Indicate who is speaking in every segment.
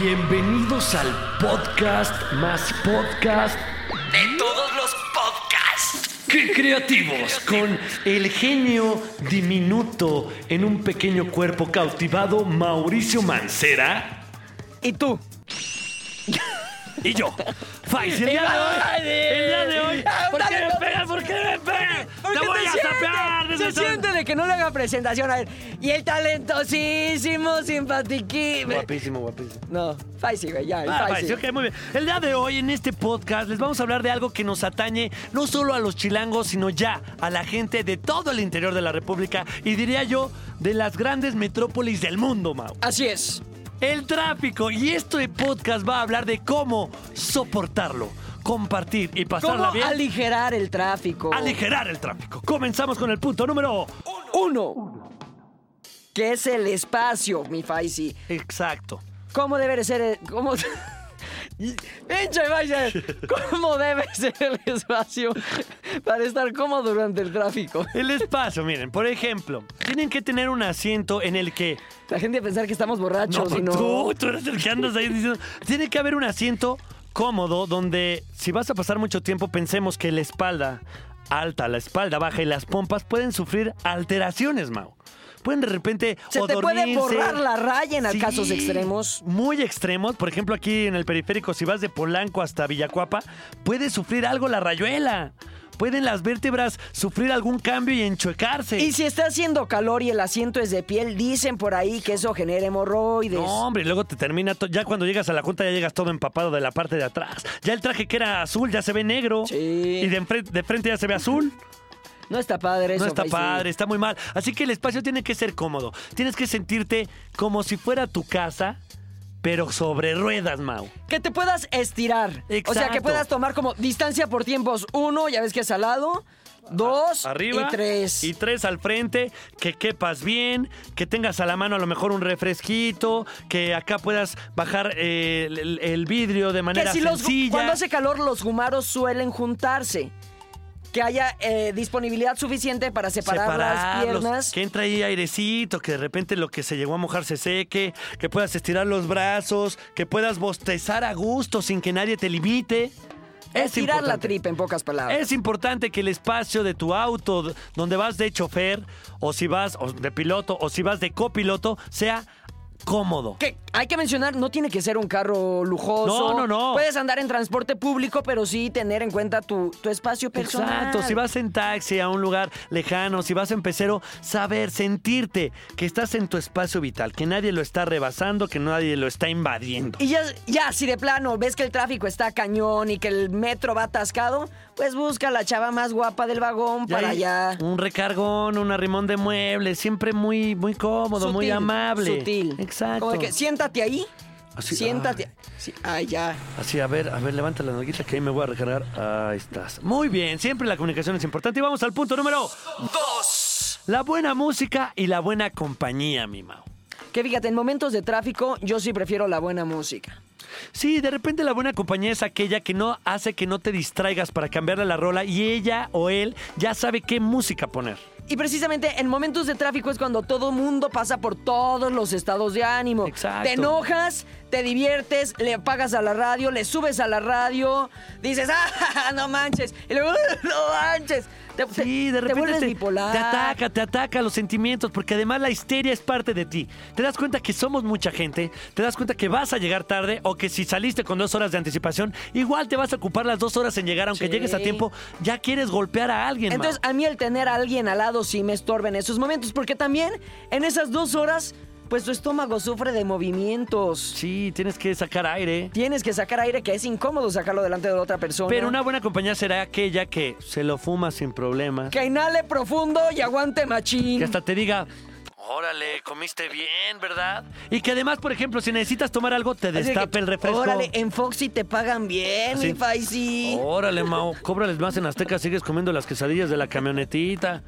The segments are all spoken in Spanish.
Speaker 1: Bienvenidos al podcast más podcast de todos los podcasts. ¡Qué creativos! Con el genio diminuto en un pequeño cuerpo cautivado, Mauricio Mancera.
Speaker 2: ¿Y tú?
Speaker 1: Y yo, Faiz, el día de hoy, el día de hoy, ¿por qué me pegas? ¿Por Ah, qué me pegas?
Speaker 2: ¿Por
Speaker 1: ¡Te
Speaker 2: qué
Speaker 1: voy a
Speaker 2: sientes?
Speaker 1: tapear!
Speaker 2: Se
Speaker 1: desde-
Speaker 2: siente de que no le haga presentación a él. Y el talentosísimo, simpatiquísimo.
Speaker 3: Guapísimo, guapísimo.
Speaker 2: No, Faisy, güey, ya, el
Speaker 1: Ah,
Speaker 2: Faisy.
Speaker 1: parece, ok, muy bien. El día de hoy en este podcast les vamos a hablar de algo que nos atañe no solo a los chilangos, sino ya a la gente de todo el interior de la República y diría yo de las grandes metrópolis del mundo, Mau.
Speaker 2: Así es.
Speaker 1: El tráfico y este podcast va a hablar de cómo soportarlo, compartir y pasarla
Speaker 2: ¿Cómo
Speaker 1: bien.
Speaker 2: aligerar el tráfico?
Speaker 1: Aligerar el tráfico. Comenzamos con el punto número
Speaker 2: Uno. Que es el espacio, mi Faisy.
Speaker 1: Exacto.
Speaker 2: ¿Cómo debe ser el... ¿Cómo... Y- Pinche Faisy, ¿cómo debe ser el espacio para estar cómodo durante el tráfico?
Speaker 1: El espacio, miren, por ejemplo, tienen que tener un asiento en el que
Speaker 2: La gente pensar que estamos
Speaker 1: No,
Speaker 2: borrachos y no...
Speaker 1: tú, tú eres el que andas ahí diciendo. Tiene que haber un asiento cómodo donde, si vas a pasar mucho tiempo, pensemos que la espalda alta, la espalda baja y las pompas pueden sufrir alteraciones, Mau. Pueden de repente.
Speaker 2: Se
Speaker 1: o
Speaker 2: te puede
Speaker 1: dormirse.
Speaker 2: borrar la raya en
Speaker 1: Sí,
Speaker 2: casos extremos.
Speaker 1: Muy extremos. Por ejemplo, aquí en el periférico, si vas de Polanco hasta Villacuapa, puede sufrir algo la rayuela. Pueden las vértebras sufrir algún cambio y enchuecarse.
Speaker 2: Y si está haciendo calor y el asiento es de piel, dicen por ahí que eso genera hemorroides.
Speaker 1: No, hombre, luego te termina to- Ya cuando llegas a la junta ya llegas todo empapado de la parte de atrás. Ya el traje que era azul ya se ve negro.
Speaker 2: Sí.
Speaker 1: Y de, enfren- de frente ya se ve azul.
Speaker 2: No está padre eso.
Speaker 1: No está
Speaker 2: Faisy.
Speaker 1: padre, está muy mal. Así que el espacio tiene que ser cómodo. Tienes que sentirte como si fuera tu casa, pero sobre ruedas, Mau.
Speaker 2: Que te puedas estirar. O sea, que
Speaker 1: Exacto.
Speaker 2: puedas tomar como distancia por tiempos. Uno, ya ves que es al lado. Dos
Speaker 1: Arriba.
Speaker 2: y tres.
Speaker 1: Y tres al frente, que quepas bien, que tengas a la mano a lo mejor un refresquito, que acá puedas bajar eh, el, el- el vidrio de
Speaker 2: que
Speaker 1: manera
Speaker 2: si los,
Speaker 1: sencilla.
Speaker 2: cuando hace calor los gumaros suelen juntarse. Que haya eh, disponibilidad suficiente para separar las
Speaker 1: separarlos,
Speaker 2: piernas.
Speaker 1: Que entra ahí airecito, que de repente lo que se llegó a mojar se seque, que puedas estirar los brazos, que puedas bostezar a gusto sin que nadie te limite. Es
Speaker 2: Estirar la
Speaker 1: importante.
Speaker 2: tripa, en pocas palabras.
Speaker 1: Es importante que el espacio de tu auto, d- donde vas de chofer, o si vas o de piloto, o si vas de copiloto, sea cómodo.
Speaker 2: Que hay que mencionar, no tiene que ser un carro lujoso.
Speaker 1: No, no, no.
Speaker 2: Puedes andar en transporte público, pero sí tener en cuenta tu, tu espacio personal.
Speaker 1: Exacto, si vas en taxi a un lugar lejano, si vas en pecero, saber, sentirte que estás en tu espacio vital, que nadie lo está rebasando, que nadie lo está invadiendo.
Speaker 2: Y ya, ya, si de plano ves que el tráfico está cañón y que el metro va atascado, pues busca la chava más guapa del vagón
Speaker 1: Ya
Speaker 2: para
Speaker 1: hay
Speaker 2: allá.
Speaker 1: Un recargón, un arrimón de muebles, siempre muy, muy cómodo, muy
Speaker 2: Sutil,
Speaker 1: amable.
Speaker 2: Sutil.
Speaker 1: Exacto.
Speaker 2: Como de que siéntate ahí.
Speaker 1: Así,
Speaker 2: siéntate. Sí, ay, ya.
Speaker 1: Así, a ver, a ver, levanta la nalguita que ahí me voy a recargar. Ahí estás. Muy bien, siempre la comunicación es importante. Y vamos al punto número dos. La buena música y la buena compañía, mi Mau.
Speaker 2: Que fíjate, en momentos de tráfico yo sí prefiero la buena música.
Speaker 1: Sí, de repente la buena compañía es aquella que no hace que no te distraigas para cambiarle la rola y ella o él ya sabe qué música poner.
Speaker 2: Y precisamente en momentos de tráfico es cuando todo mundo pasa por todos los estados de ánimo.
Speaker 1: Exacto.
Speaker 2: Te enojas, te diviertes, le apagas a la radio, le subes a la radio, dices, ¡ah, no manches! Y luego, ¡no manches! Te, te-
Speaker 1: Sí, de
Speaker 2: te
Speaker 1: repente
Speaker 2: vuelves bipolar.
Speaker 1: te ataca, te ataca los sentimientos, porque además la histeria es parte de ti. Te das cuenta que somos mucha gente, te das cuenta que vas a llegar tarde o que si saliste con dos horas de anticipación, igual te vas a ocupar las dos horas en llegar, aunque
Speaker 2: Sí.
Speaker 1: llegues a tiempo, ya quieres golpear a alguien.
Speaker 2: Entonces,
Speaker 1: Mau.
Speaker 2: a mí el tener a alguien al lado sí me estorba en esos momentos, porque también en esas dos horas, pues tu estómago sufre de movimientos.
Speaker 1: sí, tienes que sacar aire.
Speaker 2: Tienes que sacar aire, que es incómodo sacarlo delante de la otra persona.
Speaker 1: Pero una buena compañía será aquella que se lo fuma sin problema.
Speaker 2: Que inhale profundo y aguante machín.
Speaker 1: Que hasta te diga, órale, comiste bien, ¿verdad? Y que además, por ejemplo, si necesitas tomar algo, te
Speaker 2: Así de
Speaker 1: destape
Speaker 2: que,
Speaker 1: el refresco.
Speaker 2: Órale, en Foxy te pagan bien,
Speaker 1: Así.
Speaker 2: mi Faisy.
Speaker 1: Órale, Mao, cóbrales más en Azteca, sigues comiendo las quesadillas de la camionetita.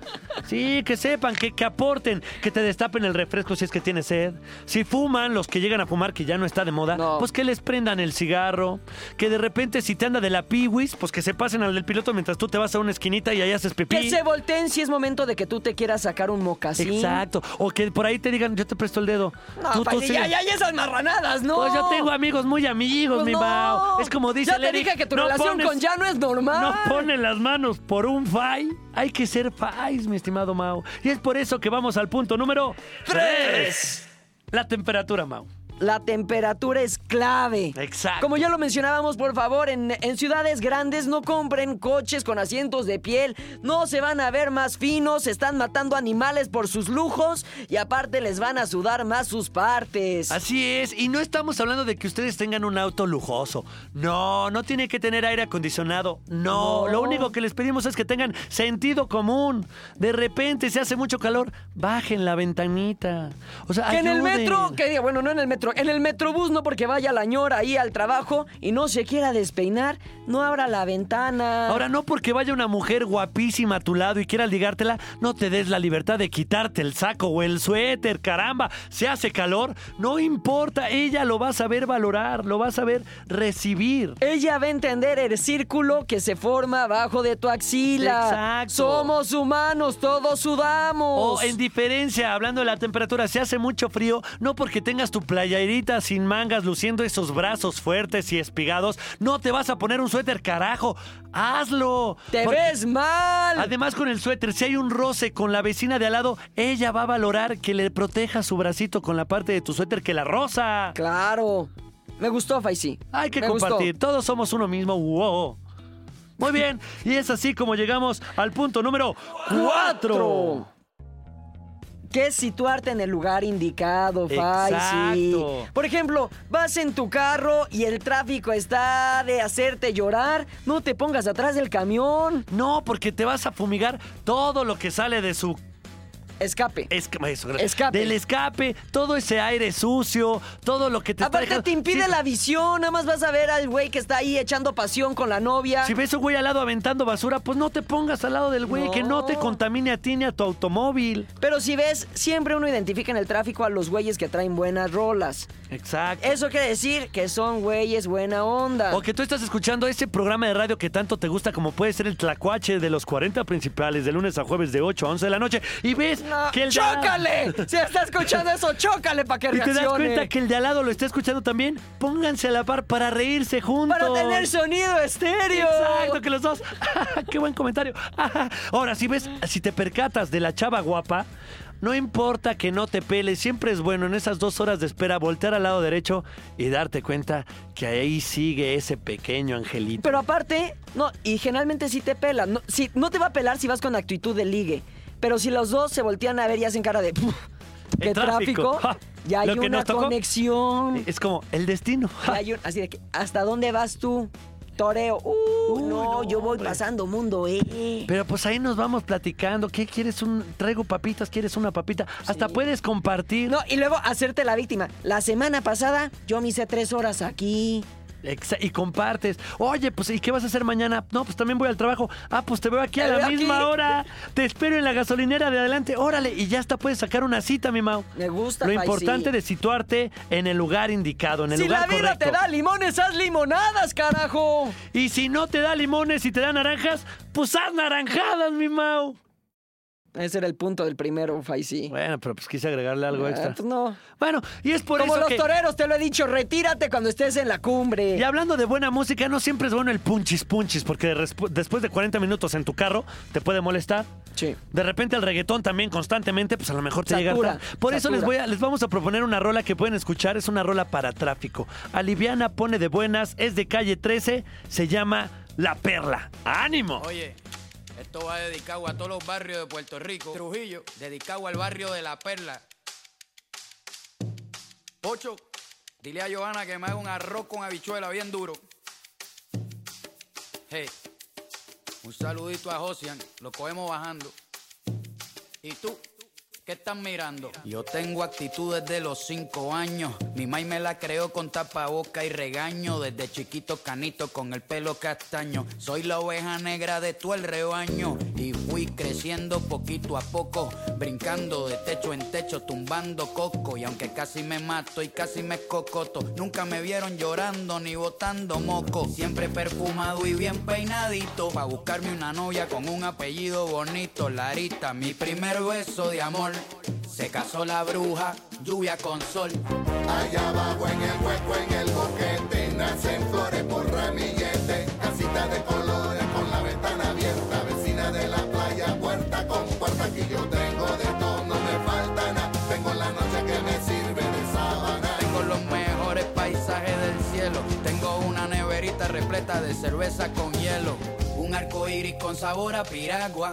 Speaker 1: Sí, que sepan, que, que aporten, que te destapen el refresco si es que tienes sed. Si fuman, los que llegan a fumar, que ya no está de moda,
Speaker 2: No.
Speaker 1: pues que les prendan el cigarro. Que de repente, si te anda de la piwis, pues que se pasen al del piloto mientras tú te vas a una esquinita y ahí haces pipí.
Speaker 2: Que se volteen si es momento de que tú te quieras sacar un mocasín.
Speaker 1: Exacto. O o que por ahí te digan, yo te presto el dedo.
Speaker 2: No,
Speaker 1: Tú- tú
Speaker 2: Paine, ya,
Speaker 1: sigue-
Speaker 2: ya, ya esas marranadas, ¿no?
Speaker 1: Pues yo tengo amigos muy amigos,
Speaker 2: Pues
Speaker 1: mi
Speaker 2: no.
Speaker 1: Mau. Es como dice
Speaker 2: Ya
Speaker 1: el
Speaker 2: te
Speaker 1: Eric,
Speaker 2: dije que tu
Speaker 1: no
Speaker 2: relación
Speaker 1: pones-
Speaker 2: con ya no es normal.
Speaker 1: No ponen las manos por un fai. Hay que ser fais, mi estimado Mau. Y es por eso que vamos al punto número
Speaker 2: Tres.
Speaker 1: 3. La temperatura, Mau.
Speaker 2: La temperatura es clave.
Speaker 1: Exacto.
Speaker 2: Como ya lo mencionábamos, por favor, en, en ciudades grandes no compren coches con asientos de piel. No se van a ver más finos, están matando animales por sus lujos y aparte les van a sudar más sus partes.
Speaker 1: Así es, y no estamos hablando de que ustedes tengan un auto lujoso. No, no tiene que tener aire acondicionado. No,
Speaker 2: No.
Speaker 1: lo único que les pedimos es que tengan sentido común. De repente se hace mucho calor, bajen la ventanita. O sea,
Speaker 2: Que en el
Speaker 1: ayuden.
Speaker 2: metro, que diga, bueno, no en el metro, en el metrobús no porque vaya la ñora ahí al trabajo y no se quiera despeinar, no abra la ventana.
Speaker 1: Ahora no porque vaya una mujer guapísima a tu lado y quiera ligártela, no te des la libertad de quitarte el saco o el suéter, caramba, se hace calor, no importa, ella lo va a saber valorar, lo va a saber recibir.
Speaker 2: Ella va a entender el círculo que se forma abajo de tu axila.
Speaker 1: Exacto.
Speaker 2: Somos humanos, todos sudamos.
Speaker 1: O en diferencia, hablando de la temperatura, se hace mucho frío, no porque tengas tu playerita sin mangas, luciendo esos brazos fuertes y espigados, no te vas a poner un suéter, carajo, hazlo.
Speaker 2: Te
Speaker 1: Porque-
Speaker 2: ves mal.
Speaker 1: Además, con el suéter, si hay un roce con la vecina de al lado, ella va a valorar que le proteja su bracito con la parte de tu suéter que la rosa.
Speaker 2: claro. Me gustó, Faisy.
Speaker 1: Hay que
Speaker 2: Me gustó.
Speaker 1: compartir, todos somos uno mismo. Wow. Muy bien, y es así como llegamos al punto número 4.
Speaker 2: Que es situarte en el lugar indicado, Faisy.
Speaker 1: Exacto.
Speaker 2: Por ejemplo, vas en tu carro y el tráfico está de hacerte llorar. No te pongas atrás del camión.
Speaker 1: No, porque te vas a fumigar todo lo que sale de su
Speaker 2: Escape.
Speaker 1: esca- eso, gracias.
Speaker 2: Escape.
Speaker 1: Del escape, todo ese aire sucio, todo lo que te está
Speaker 2: Aparte
Speaker 1: dejando-
Speaker 2: te impide
Speaker 1: Sí,
Speaker 2: la visión, nada más vas a ver al güey que está ahí echando pasión con la novia.
Speaker 1: Si ves un güey al lado aventando basura, pues no te pongas al lado del güey, que no te
Speaker 2: No.
Speaker 1: contamine a ti ni a tu automóvil.
Speaker 2: Pero si ves, siempre uno identifica en el tráfico a los güeyes que traen buenas rolas.
Speaker 1: Exacto.
Speaker 2: Eso quiere decir que son güeyes buena onda.
Speaker 1: O que tú estás escuchando ese programa de radio que tanto te gusta, como puede ser el Tlacuache de los 40 principales, de lunes a jueves de 8 a 11 de la noche, y ves
Speaker 2: No,
Speaker 1: que el de al lado-
Speaker 2: ¡Chócale! si está escuchando eso, chócale para que
Speaker 1: Y te das
Speaker 2: reaccione.
Speaker 1: cuenta que el de al lado lo está escuchando también, pónganse a la par para reírse juntos.
Speaker 2: Para tener sonido estéreo.
Speaker 1: Exacto, que los dos. ¡Qué buen comentario! Ahora, si ves, si te percatas de la chava guapa, no importa que no te pele, siempre es bueno en esas dos horas de espera voltear al lado derecho y darte cuenta que ahí sigue ese pequeño angelito.
Speaker 2: Pero aparte, no, y generalmente sí te pela. No, sí, no te va a pelar si vas con actitud de ligue. Pero si los dos se voltean a ver y hacen cara de. "Puf, ¡Qué
Speaker 1: El tráfico.
Speaker 2: tráfico!
Speaker 1: Ja,
Speaker 2: Ya hay
Speaker 1: lo que
Speaker 2: una
Speaker 1: nos tocó.
Speaker 2: conexión.
Speaker 1: Eh, Es como el destino.
Speaker 2: Ya hay un- así de que, ¿hasta dónde vas tú? Toreo. Uh,
Speaker 1: Uy,
Speaker 2: no,
Speaker 1: no,
Speaker 2: yo voy
Speaker 1: hombre.
Speaker 2: pasando mundo, eh.
Speaker 1: Pero pues ahí nos vamos platicando. ¿Qué quieres? Un, traigo papitas, quieres una papita. Hasta puedes compartir.
Speaker 2: No, y luego hacerte la víctima. La semana pasada yo me hice tres horas aquí.
Speaker 1: Exa- y compartes. Oye, pues, ¿y qué vas a hacer mañana? No, pues también voy al trabajo. Ah, pues te veo aquí a
Speaker 2: Te
Speaker 1: la
Speaker 2: veo aquí.
Speaker 1: misma hora. Te espero en la gasolinera de adelante. Órale, y ya hasta puedes sacar una cita, mi Mau.
Speaker 2: Me gusta,
Speaker 1: Lo
Speaker 2: Pai,
Speaker 1: importante
Speaker 2: sí.
Speaker 1: de situarte en el lugar indicado, en el
Speaker 2: Si
Speaker 1: lugar
Speaker 2: la vida
Speaker 1: correcto.
Speaker 2: te da limones, haz limonadas, carajo.
Speaker 1: Y si no te da limones y te da naranjas, pues haz naranjadas, mi Mau.
Speaker 2: Ese era el punto del primero, Faisy.
Speaker 1: Bueno, pero pues quise agregarle algo
Speaker 2: Ah,
Speaker 1: extra.
Speaker 2: pues no.
Speaker 1: Bueno, y es por
Speaker 2: Como
Speaker 1: eso
Speaker 2: los
Speaker 1: que...
Speaker 2: toreros, te lo he dicho, retírate cuando estés en la cumbre.
Speaker 1: Y hablando de buena música, no siempre es bueno el punchis punchis, porque de respu- después de 40 minutos en tu carro te puede molestar.
Speaker 2: Sí.
Speaker 1: De repente el reggaetón también constantemente, pues a lo mejor te
Speaker 2: Satura,
Speaker 1: llega. tarde. Por eso
Speaker 2: satura.
Speaker 1: les voy a, les vamos a proponer una rola que pueden escuchar, es una rola para tráfico. Aliviana pone de buenas, es de calle 13, se llama La Perla. ¡Ánimo!
Speaker 3: Oye, esto va dedicado a todos los barrios de Puerto Rico. Trujillo, dedicado al barrio de La Perla. Pocho, dile a Johanna que me haga un arroz con habichuela bien duro. Hey, un saludito a Josian, lo cogemos bajando. ¿Y tú? ¿Qué están mirando? Yo tengo actitud desde los cinco años. Mi maíz me la creó con tapaboca y regaño. Desde chiquito canito con el pelo castaño. Soy la oveja negra de todo el rebaño. Y fui creciendo poquito a poco. Brincando de techo en techo, tumbando coco. Y aunque casi me mato y casi me escocoto. Nunca me vieron llorando ni botando moco. Siempre perfumado y bien peinadito. Pa' buscarme una novia con un apellido bonito. Larita, mi primer beso de amor. Se casó la bruja, lluvia con sol.
Speaker 4: Allá abajo en el hueco, en el boquete, nacen flores por ramillete, casita de colores con la ventana abierta, vecina de la playa, puerta con puerta, aquí yo tengo de todo, no me falta nada, tengo la noche que me sirve de sábana.
Speaker 3: Tengo los mejores paisajes del cielo. Tengo una neverita repleta de cerveza con hielo. Un arco iris con sabor a piragua.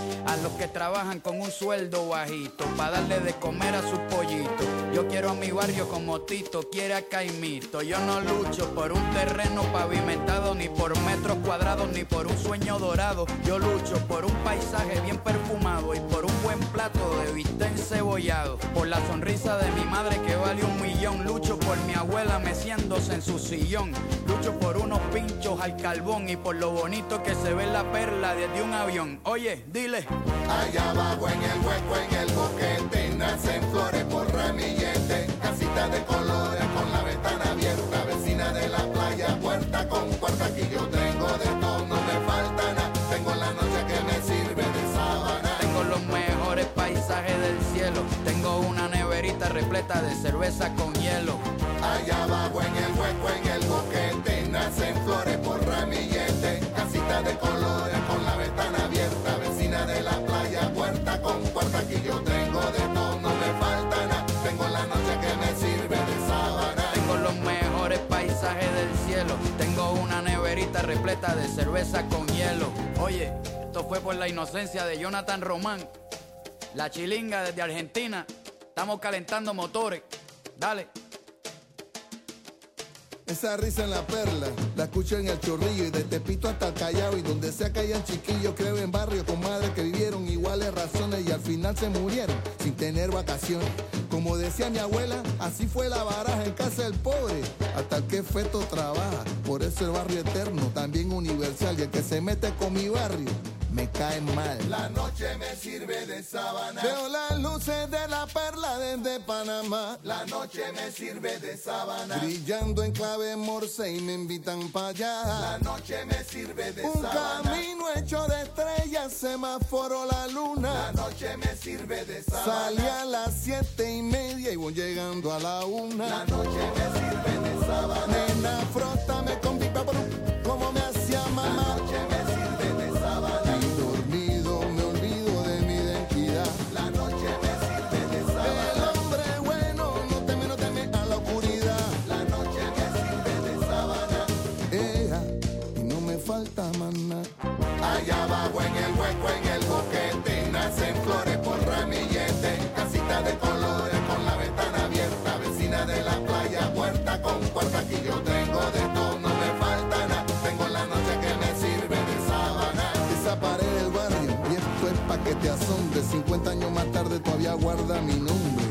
Speaker 3: a los que trabajan con un sueldo bajito, para darle de comer a sus pollitos. Yo quiero a mi barrio como Tito, quiere a Caimito. Yo no lucho por un terreno pavimentado, ni por metros cuadrados, ni por un sueño dorado. Yo lucho por un paisaje bien perfumado y por un buen plato de bistec cebollado. Por la sonrisa de mi madre que vale un millón. Lucho por mi abuela meciéndose en su sillón. Lucho por unos pinchos al carbón y por lo bonito que se ve la perla desde un avión. Oye, dile.
Speaker 4: Allá abajo en el hueco, en el boquete, nacen flores por ramillete, casita de colores con la ventana abierta, vecina de la playa, puerta con puerta, aquí yo tengo de todo, no me falta nada, tengo la noche que me sirve de sábana.
Speaker 3: Tengo los mejores paisajes del cielo. Tengo una neverita repleta de cerveza con hielo.
Speaker 4: Allá abajo en el hueco, en el boquete, nacen flores por ramillete, casita de colores con la ventana abierta, vecina de la playa, puerta con puerta, aquí yo tengo de todo, no me falta nada, tengo la noche que me sirve de sábana.
Speaker 3: Tengo los mejores paisajes del cielo. Tengo una neverita repleta de cerveza con hielo. Oye, esto fue por la inocencia de Jonathan Román. La chilinga desde Argentina. Estamos calentando motores. Dale.
Speaker 4: Esa risa en la perla, la escucho en el chorrillo y de Tepito hasta el Callao y donde sea que hayan chiquillos, creo en barrios con madres que vivieron iguales razones y al final se murieron sin tener vacaciones. Como decía mi abuela, así fue la baraja en casa del pobre, hasta el que feto trabaja. Por eso el barrio eterno, también universal, y el que se mete con mi barrio, me cae mal. La noche me sirve de sábana. Veo las luces de la perla desde Panamá. La noche me sirve de sábana. Brillando en clave morse y me invitan para allá. La noche me sirve de Un camino hecho de estrellas, semáforo la luna. La noche me sirve de sábana. Salí a las siete y media y voy llegando a la una. La noche me sirve de sábana. Nena, frótame con mi papurú, como me hacía mamá. La noche me sirve de sábana. Y dormido me olvido de mi identidad. La noche me sirve de sábana. El hombre bueno no teme, no teme a la oscuridad. La noche me sirve de sábana. Ella, y no me falta más nada. Allá abajo en el hueco, en el boquete, nacen flores por ramillete, casita de colores con la ventana abierta, vecina de la playa, puerta con puerta, aquí yo tengo de todo, no me falta nada, tengo la noche que me sirve de sábana. Esa pared del barrio, y esto es pa' que te asombres, 50 años más tarde todavía guarda mi nombre.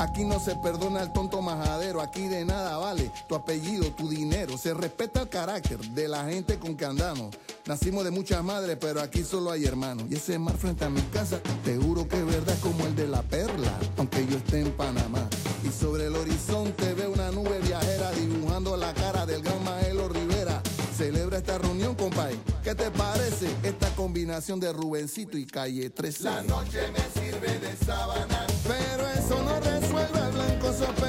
Speaker 4: Aquí no se perdona el tonto majadero, aquí de nada vale tu apellido, tu dinero. Se respeta el carácter de la gente con que andamos. Nacimos de muchas madres, pero aquí solo hay hermanos. Y ese mar frente a mi casa, te juro que es verdad es como el de la perla, aunque yo esté en Panamá. Y sobre el horizonte veo una nube viajera dibujando la cara del gran Maelo Rivera. Celebra esta reunión, compadre. ¿Qué te parece esta combinación de Rubencito y Calle 13? La noche me sirve de sábana. Pero eso no resuelve al blanco sospechoso.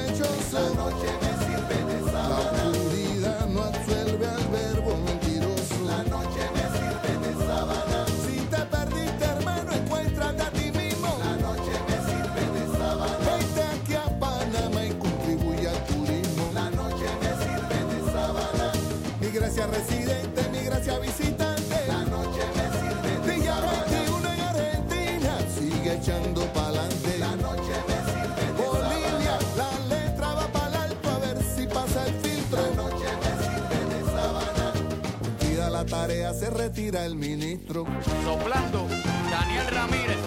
Speaker 4: La noche me sirve de sábana. La oscuridad no absuelve al verbo mentiroso. La noche me sirve de sábana. Si te perdiste, hermano, encuéntrate a ti mismo. La noche me sirve de sábana. Vente aquí a Panamá y contribuye al turismo. La noche me sirve de sábana. Mi gracia residente, mi gracia visitante. La noche me sirve de Día 21 en Argentina sigue echando pa'lante. La noche me sirve de Bolivia, la letra va para alto, a ver la tarea se retira el ministro.
Speaker 3: Soplando, Daniel Ramírez.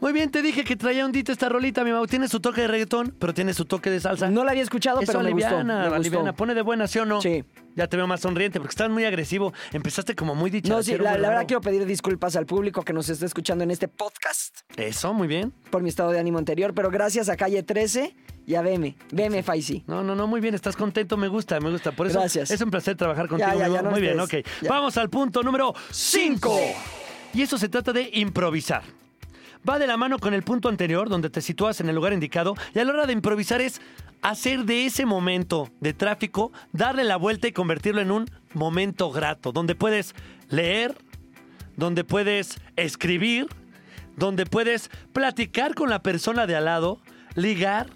Speaker 1: Muy bien, te dije que traía ondita esta rolita, mi Mau. Tiene su toque de reggaetón, pero tiene su toque de salsa.
Speaker 2: No la había escuchado,
Speaker 1: Eso
Speaker 2: pero me gustó,
Speaker 1: aliviana,
Speaker 2: me gustó.
Speaker 1: aliviana. Pone de buena, ¿sí o no?
Speaker 2: Sí.
Speaker 1: Ya te veo más sonriente porque estás muy agresivo. Empezaste como muy dicho.
Speaker 2: No, sí, la, la verdad quiero pedir disculpas al público que nos está escuchando en este podcast
Speaker 1: Eso, muy bien.
Speaker 2: por mi estado de ánimo anterior, pero gracias a Calle 13 y a Veme. Veme, Faisy.
Speaker 1: No, no, no, muy bien, estás contento, me gusta, me gusta. Por eso
Speaker 2: Gracias.
Speaker 1: es un placer trabajar contigo.
Speaker 2: ya,
Speaker 1: mi
Speaker 2: ya,
Speaker 1: amor.
Speaker 2: no
Speaker 1: muy bien, ok.
Speaker 2: estés. Ya.
Speaker 1: Vamos al punto número 5. Y eso se trata de improvisar. Va de la mano con el punto anterior, donde te sitúas en el lugar indicado, y a la hora de improvisar es hacer de ese momento de tráfico, darle la vuelta y convertirlo en un momento grato, donde puedes leer, donde puedes escribir, donde puedes platicar con la persona de al lado, ligar,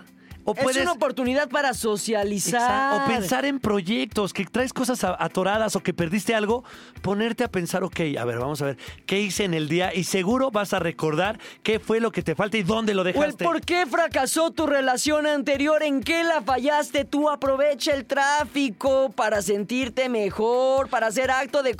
Speaker 1: o
Speaker 2: Es
Speaker 1: puedes
Speaker 2: una oportunidad para socializar.
Speaker 1: Exacto. O pensar en proyectos, que traes cosas a- atoradas o que perdiste algo, ponerte a pensar, ok, a ver, vamos a ver, ¿qué hice en el día? Y seguro vas a recordar qué fue lo que te falta y dónde lo
Speaker 2: O el
Speaker 1: dejaste.
Speaker 2: Pues, por qué fracasó tu relación anterior, en qué la fallaste, tú aprovecha el tráfico para sentirte mejor, para hacer acto de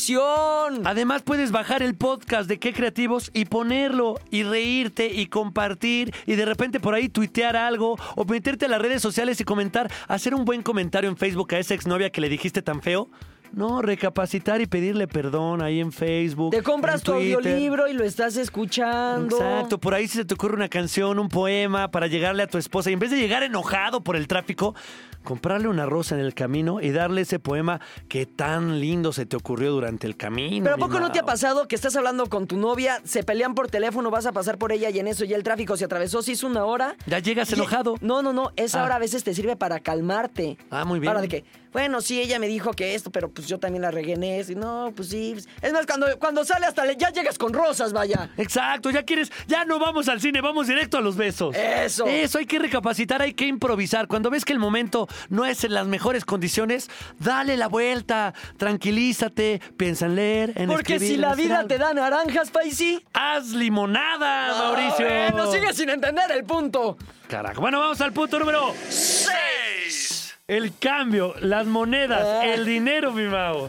Speaker 2: contrición.
Speaker 1: Además puedes bajar el podcast de qué creativos y ponerlo y reírte y compartir y de repente por ahí tuitear algo o meterte a las redes sociales y comentar, hacer un buen comentario en Facebook a esa exnovia que le dijiste tan feo. No, recapacitar y pedirle perdón ahí en Facebook.
Speaker 2: Te compras
Speaker 1: en
Speaker 2: tu
Speaker 1: Twitter.
Speaker 2: audiolibro y lo estás escuchando.
Speaker 1: Exacto, por ahí si se te ocurre una canción, un poema para llegarle a tu esposa y en vez de llegar enojado por el tráfico, comprarle una rosa en el camino y darle ese poema que tan lindo se te ocurrió durante el camino.
Speaker 2: Pero ¿a
Speaker 1: mi
Speaker 2: poco no te ha
Speaker 1: Mau?
Speaker 2: pasado que estás hablando con tu novia, se pelean por teléfono, vas a pasar por ella y en eso ya el tráfico se atravesó, se hizo una hora?
Speaker 1: Ya llegas
Speaker 2: Y-
Speaker 1: enojado.
Speaker 2: No, no, no, esa
Speaker 1: Ah.
Speaker 2: hora a veces te sirve para calmarte.
Speaker 1: Ah, muy bien.
Speaker 2: Para de que, bueno, sí, ella me dijo que esto, pero pues yo también la regué en eso. Y no, pues sí. pues- Es más, cuando, cuando sale hasta le- ya llegas con rosas, vaya.
Speaker 1: Exacto, ya quieres, ya no vamos al cine, vamos directo a los besos.
Speaker 2: Eso.
Speaker 1: Eso, hay que recapacitar, hay que improvisar. Cuando ves que el momento no es en las mejores condiciones, dale la vuelta, tranquilízate, piensa en leer, en
Speaker 2: Porque si
Speaker 1: escribir,
Speaker 2: la
Speaker 1: en hacer
Speaker 2: vida
Speaker 1: algo.
Speaker 2: te da naranjas, Paisy.
Speaker 1: ¡Haz limonada, Ah, Mauricio!
Speaker 2: No sigues sin entender el punto.
Speaker 1: Carajo. Bueno, vamos al punto número 6. El cambio, las monedas,
Speaker 2: Ah.
Speaker 1: el dinero, mi mago.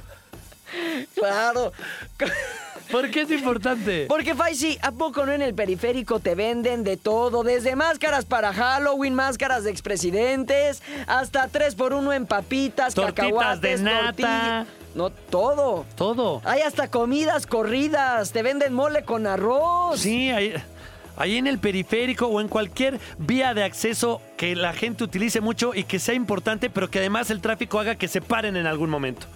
Speaker 2: Claro.
Speaker 1: ¿Por qué es importante?
Speaker 2: Porque Faisy, ¿a poco no en el periférico te venden de todo? Desde máscaras para Halloween, máscaras de expresidentes, hasta 3x1 en papitas,
Speaker 1: Tortitas
Speaker 2: cacahuates,
Speaker 1: de nata.
Speaker 2: torti- No, todo.
Speaker 1: Todo.
Speaker 2: Hay hasta comidas corridas, te venden mole con arroz.
Speaker 1: Sí, ahí, ahí en el periférico o en cualquier vía de acceso que la gente utilice mucho y que sea importante, pero que además el tráfico haga que se paren en algún momento.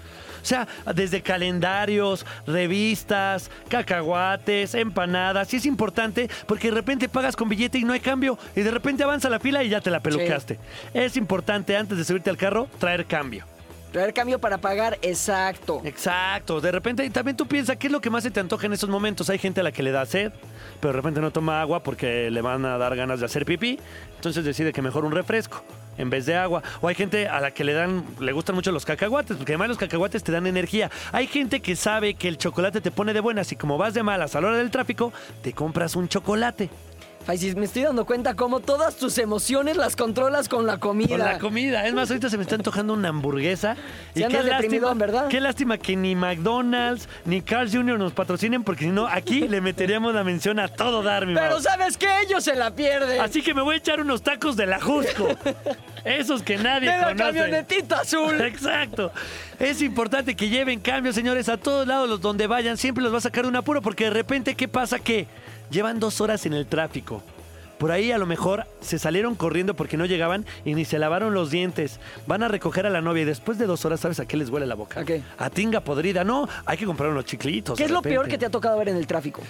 Speaker 1: O sea, desde calendarios, revistas, cacahuates, empanadas, y es importante porque de repente pagas con billete y no hay cambio, y de repente avanza la fila y ya te la peluqueaste. Es importante antes de subirte al carro traer cambio.
Speaker 2: Traer cambio para pagar, exacto.
Speaker 1: Eh. Exacto, de repente y también tú piensas qué es lo que más se te antoja en esos momentos. Hay gente a la que le da sed, pero de repente no toma agua porque le van a dar ganas de hacer pipí, entonces decide que mejor un refresco en vez de agua. O hay gente a la que le dan le gustan mucho los cacahuates, porque además los cacahuates te dan energía. Hay gente que sabe que el chocolate te pone de buenas y como vas de malas a la hora del tráfico, te compras un chocolate.
Speaker 2: Faisy, me estoy dando cuenta cómo todas tus emociones las controlas con la comida.
Speaker 1: Con la comida. Es más, ahorita se me está antojando una hamburguesa.
Speaker 2: Si andas deprimidón, ¿verdad?
Speaker 1: Qué lástima que ni McDonald's ni Carl Jr. nos patrocinen, porque si no, aquí le meteríamos la mención a todo dar, mi
Speaker 2: Pero
Speaker 1: Mau.
Speaker 2: ¿sabes que Ellos se la pierden.
Speaker 1: Así que me voy a echar unos tacos de la Jusco. Esos que nadie
Speaker 2: de la
Speaker 1: conoce.
Speaker 2: camionetita azul.
Speaker 1: Exacto. Es importante que lleven cambios, señores, a todos lados los donde vayan. Siempre los va a sacar de un apuro porque de repente, ¿qué pasa? Que llevan dos horas en el tráfico. Por ahí a lo mejor se salieron corriendo porque no llegaban y ni se lavaron los dientes. Van a recoger a la novia y después de dos horas, ¿sabes a qué les huele la boca?
Speaker 2: ¿A qué?
Speaker 1: A tinga podrida. No, hay que comprar unos chiclitos.
Speaker 2: ¿Qué
Speaker 1: de
Speaker 2: es lo peor
Speaker 1: repente.
Speaker 2: que te ha tocado ver en el tráfico?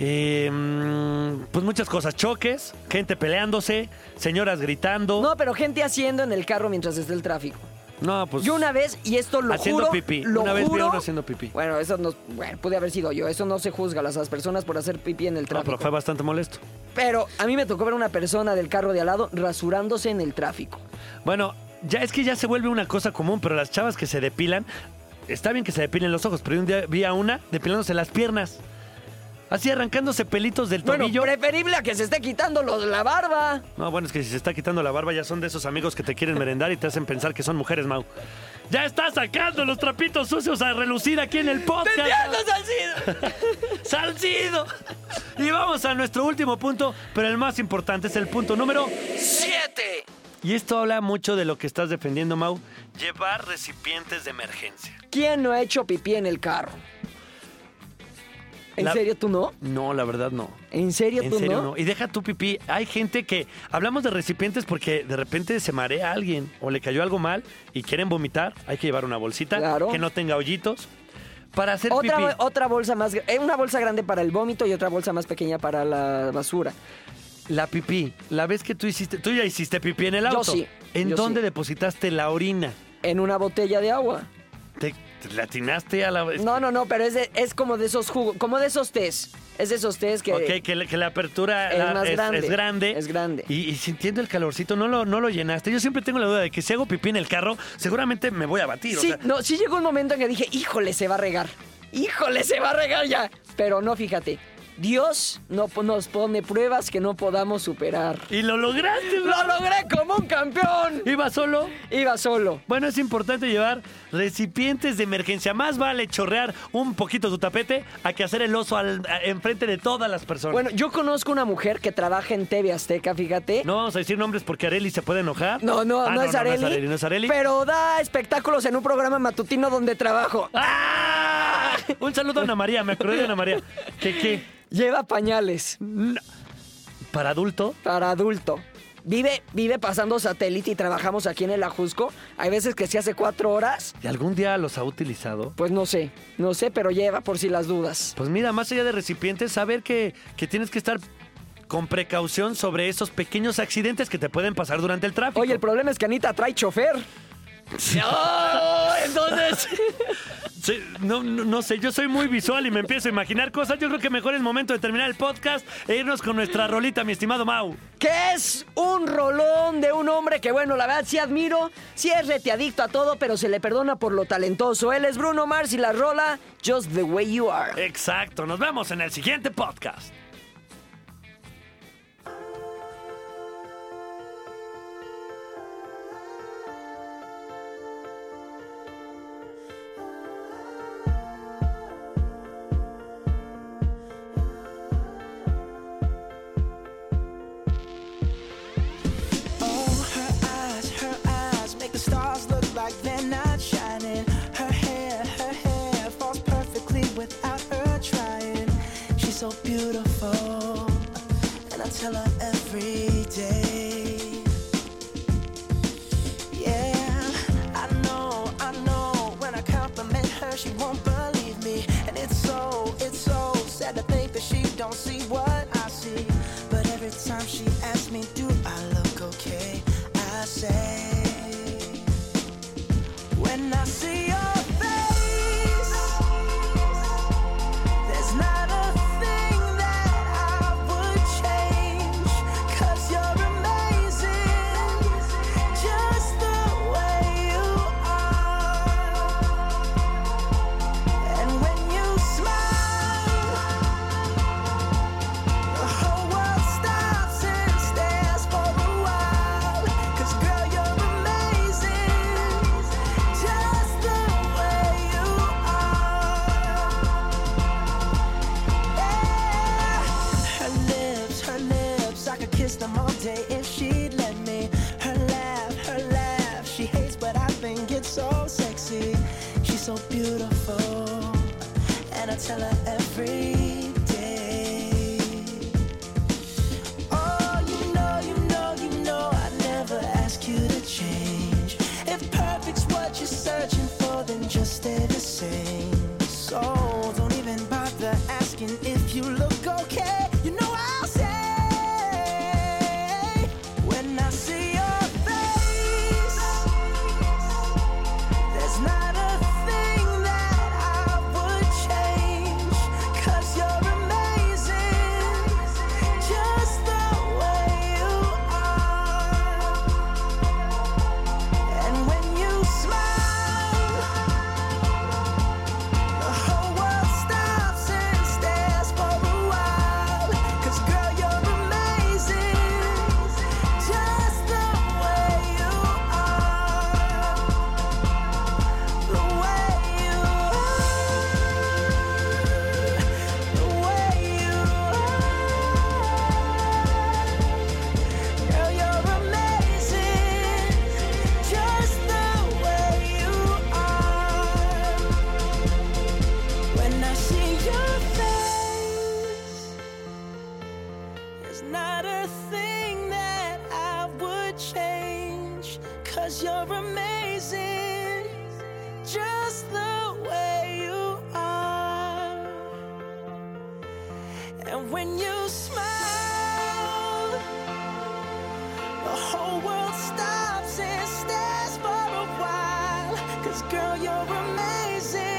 Speaker 1: Eh, mm, pues muchas cosas, choques, gente peleándose, señoras gritando.
Speaker 2: No, pero gente haciendo en el carro mientras está el tráfico.
Speaker 1: No, pues.
Speaker 2: Yo una vez, y esto lo
Speaker 1: Haciendo
Speaker 2: juro,
Speaker 1: pipí.
Speaker 2: lo
Speaker 1: Una vez vi a
Speaker 2: juro-
Speaker 1: uno haciendo pipí.
Speaker 2: Bueno, eso no, bueno, pude haber sido yo. Eso no se juzga a las las personas por hacer pipí en el
Speaker 1: No,
Speaker 2: tráfico.
Speaker 1: pero fue bastante molesto.
Speaker 2: Pero a mí me tocó ver una persona del carro de al lado rasurándose en el tráfico.
Speaker 1: Bueno, ya es que ya se vuelve una cosa común, pero las chavas que se depilan, está bien que se depilen los ojos, pero un día vi a una depilándose las piernas. Así arrancándose pelitos del
Speaker 2: Bueno,
Speaker 1: tobillo.
Speaker 2: preferible a que se esté quitando los- la barba.
Speaker 1: No, bueno, es que si se está quitando la barba ya son de esos amigos que te quieren merendar y te hacen pensar que son mujeres, Mau. Ya está sacando los trapitos sucios a relucir aquí en el podcast.
Speaker 2: ¡Te entiendo, Salcido!
Speaker 1: ¡Salcido! Y vamos a nuestro último punto, pero el más importante es el punto número
Speaker 2: ¡Siete!
Speaker 1: Y esto habla mucho de lo que estás defendiendo, Mau. Llevar recipientes de emergencia.
Speaker 2: ¿Quién no ha hecho pipí en el carro? ¿En
Speaker 1: La-
Speaker 2: serio tú no?
Speaker 1: No, la verdad no.
Speaker 2: ¿En serio
Speaker 1: En
Speaker 2: tú
Speaker 1: serio,
Speaker 2: no?
Speaker 1: no. Y deja tu pipí. Hay gente que hablamos de recipientes porque de repente se marea a alguien o le cayó algo mal y quieren vomitar. Hay que llevar una bolsita
Speaker 2: Claro.
Speaker 1: que no tenga hoyitos para hacer
Speaker 2: Otra,
Speaker 1: pipí.
Speaker 2: bo- otra bolsa más, gr- eh, una bolsa grande para el vómito y otra bolsa más pequeña para la basura.
Speaker 1: La pipí. La vez que tú hiciste, tú ya hiciste pipí en el
Speaker 2: Yo
Speaker 1: auto.
Speaker 2: sí,
Speaker 1: ¿En
Speaker 2: yo
Speaker 1: dónde
Speaker 2: sí.
Speaker 1: depositaste la orina?
Speaker 2: En una botella de agua.
Speaker 1: ¿Te, te latinaste a la
Speaker 2: No, no, no, pero es, de- es como de esos jugos, como de esos tés. Es de esos tés que...
Speaker 1: Ok, que, la- que la apertura
Speaker 2: Es
Speaker 1: la-
Speaker 2: más grande,
Speaker 1: es grande.
Speaker 2: es grande.
Speaker 1: Y, y sintiendo el calorcito, no lo, no lo llenaste. Yo siempre tengo la duda de que si hago pipí en el carro, seguramente me voy a batir. o
Speaker 2: sí,
Speaker 1: sea,
Speaker 2: no, sí llegó un momento en que dije, híjole, se va a regar. Híjole, se va a regar ya. Pero no, fíjate, Dios no po- nos pone pruebas que no podamos superar.
Speaker 1: y lo lograste.
Speaker 2: ¡Lo logré como un campeón!
Speaker 1: Iba solo.
Speaker 2: Iba solo.
Speaker 1: Bueno, es importante llevar recipientes de emergencia. Más vale chorrear un poquito tu tapete a que hacer el oso al- a- enfrente de todas las personas.
Speaker 2: Bueno, yo conozco una mujer que trabaja en TV Azteca, fíjate.
Speaker 1: no vamos a decir nombres porque Areli se puede enojar.
Speaker 2: No, no,
Speaker 1: Ah,
Speaker 2: no, es Areli.
Speaker 1: No, es Areli, no es Areli.
Speaker 2: Pero da espectáculos en un programa matutino donde trabajo.
Speaker 1: ¡Ah! Un saludo a Ana María, me acordé de Ana María. ¿Qué, qué?
Speaker 2: Lleva pañales
Speaker 1: ¿Para adulto?
Speaker 2: para adulto. Vive, vive pasando satélite y trabajamos aquí en el Ajusco. Hay veces que se hace cuatro horas.
Speaker 1: ¿Y algún día los ha utilizado?
Speaker 2: Pues no sé, no sé, pero lleva por si las dudas.
Speaker 1: Pues mira, más allá de recipientes, saber que, que tienes que estar con precaución sobre esos pequeños accidentes que te pueden pasar durante el tráfico.
Speaker 2: Oye, el problema es que Anita trae chofer.
Speaker 1: entonces... Sí, no, no, no sé, yo soy muy visual y me empiezo a imaginar cosas. Yo creo que mejor es momento de terminar el podcast e irnos con nuestra rolita, mi estimado Mau.
Speaker 2: que es un rolón de un hombre que, bueno, la verdad sí admiro, sí es reteadicto a todo, pero se le perdona por lo talentoso. Él es Bruno Mars y la rola Just the Way You Are.
Speaker 1: Exacto, nos vemos en el siguiente podcast.
Speaker 5: Oh, her eyes, her eyes make the stars look like they're not shining. Her hair, her hair falls perfectly without her trying. She's so beautiful, and I tell her every day. Yeah, I know, I know. When I compliment her, she won't believe me. And it's so, it's so sad to think that she don't see what I see. But every time she asks me, do I look okay? I say, when I see your face, there's not a thing that I would change. 'Cause you're amazing, just the way you are. And when you smile, the whole world stops and stares for a while. 'Cause girl, you're amazing, just the way you are. Her lips, her lips, I could kiss them all day if she'd let me. Her laugh, her laugh, she hates, but I think it's so sexy. She's so beautiful, and I tell her every day. Oh, searching for, then just stay the same. So don't even bother asking if you look okay. You know I'll say when I see your face, there's not a thing that I would change. 'Cause you're amazing, just the way you are. And when you smile, the whole world stops and stares for a while. 'Cause girl, you're amazing, just the way you are, the way you are, the way you are. Girl, you're amazing, just the way you are. When I see your face, there's not a thing that I would change. Cause you're amazing, just the way you are. And when you smile, the whole world stops and stares for a while. Cause girl, you're amazing.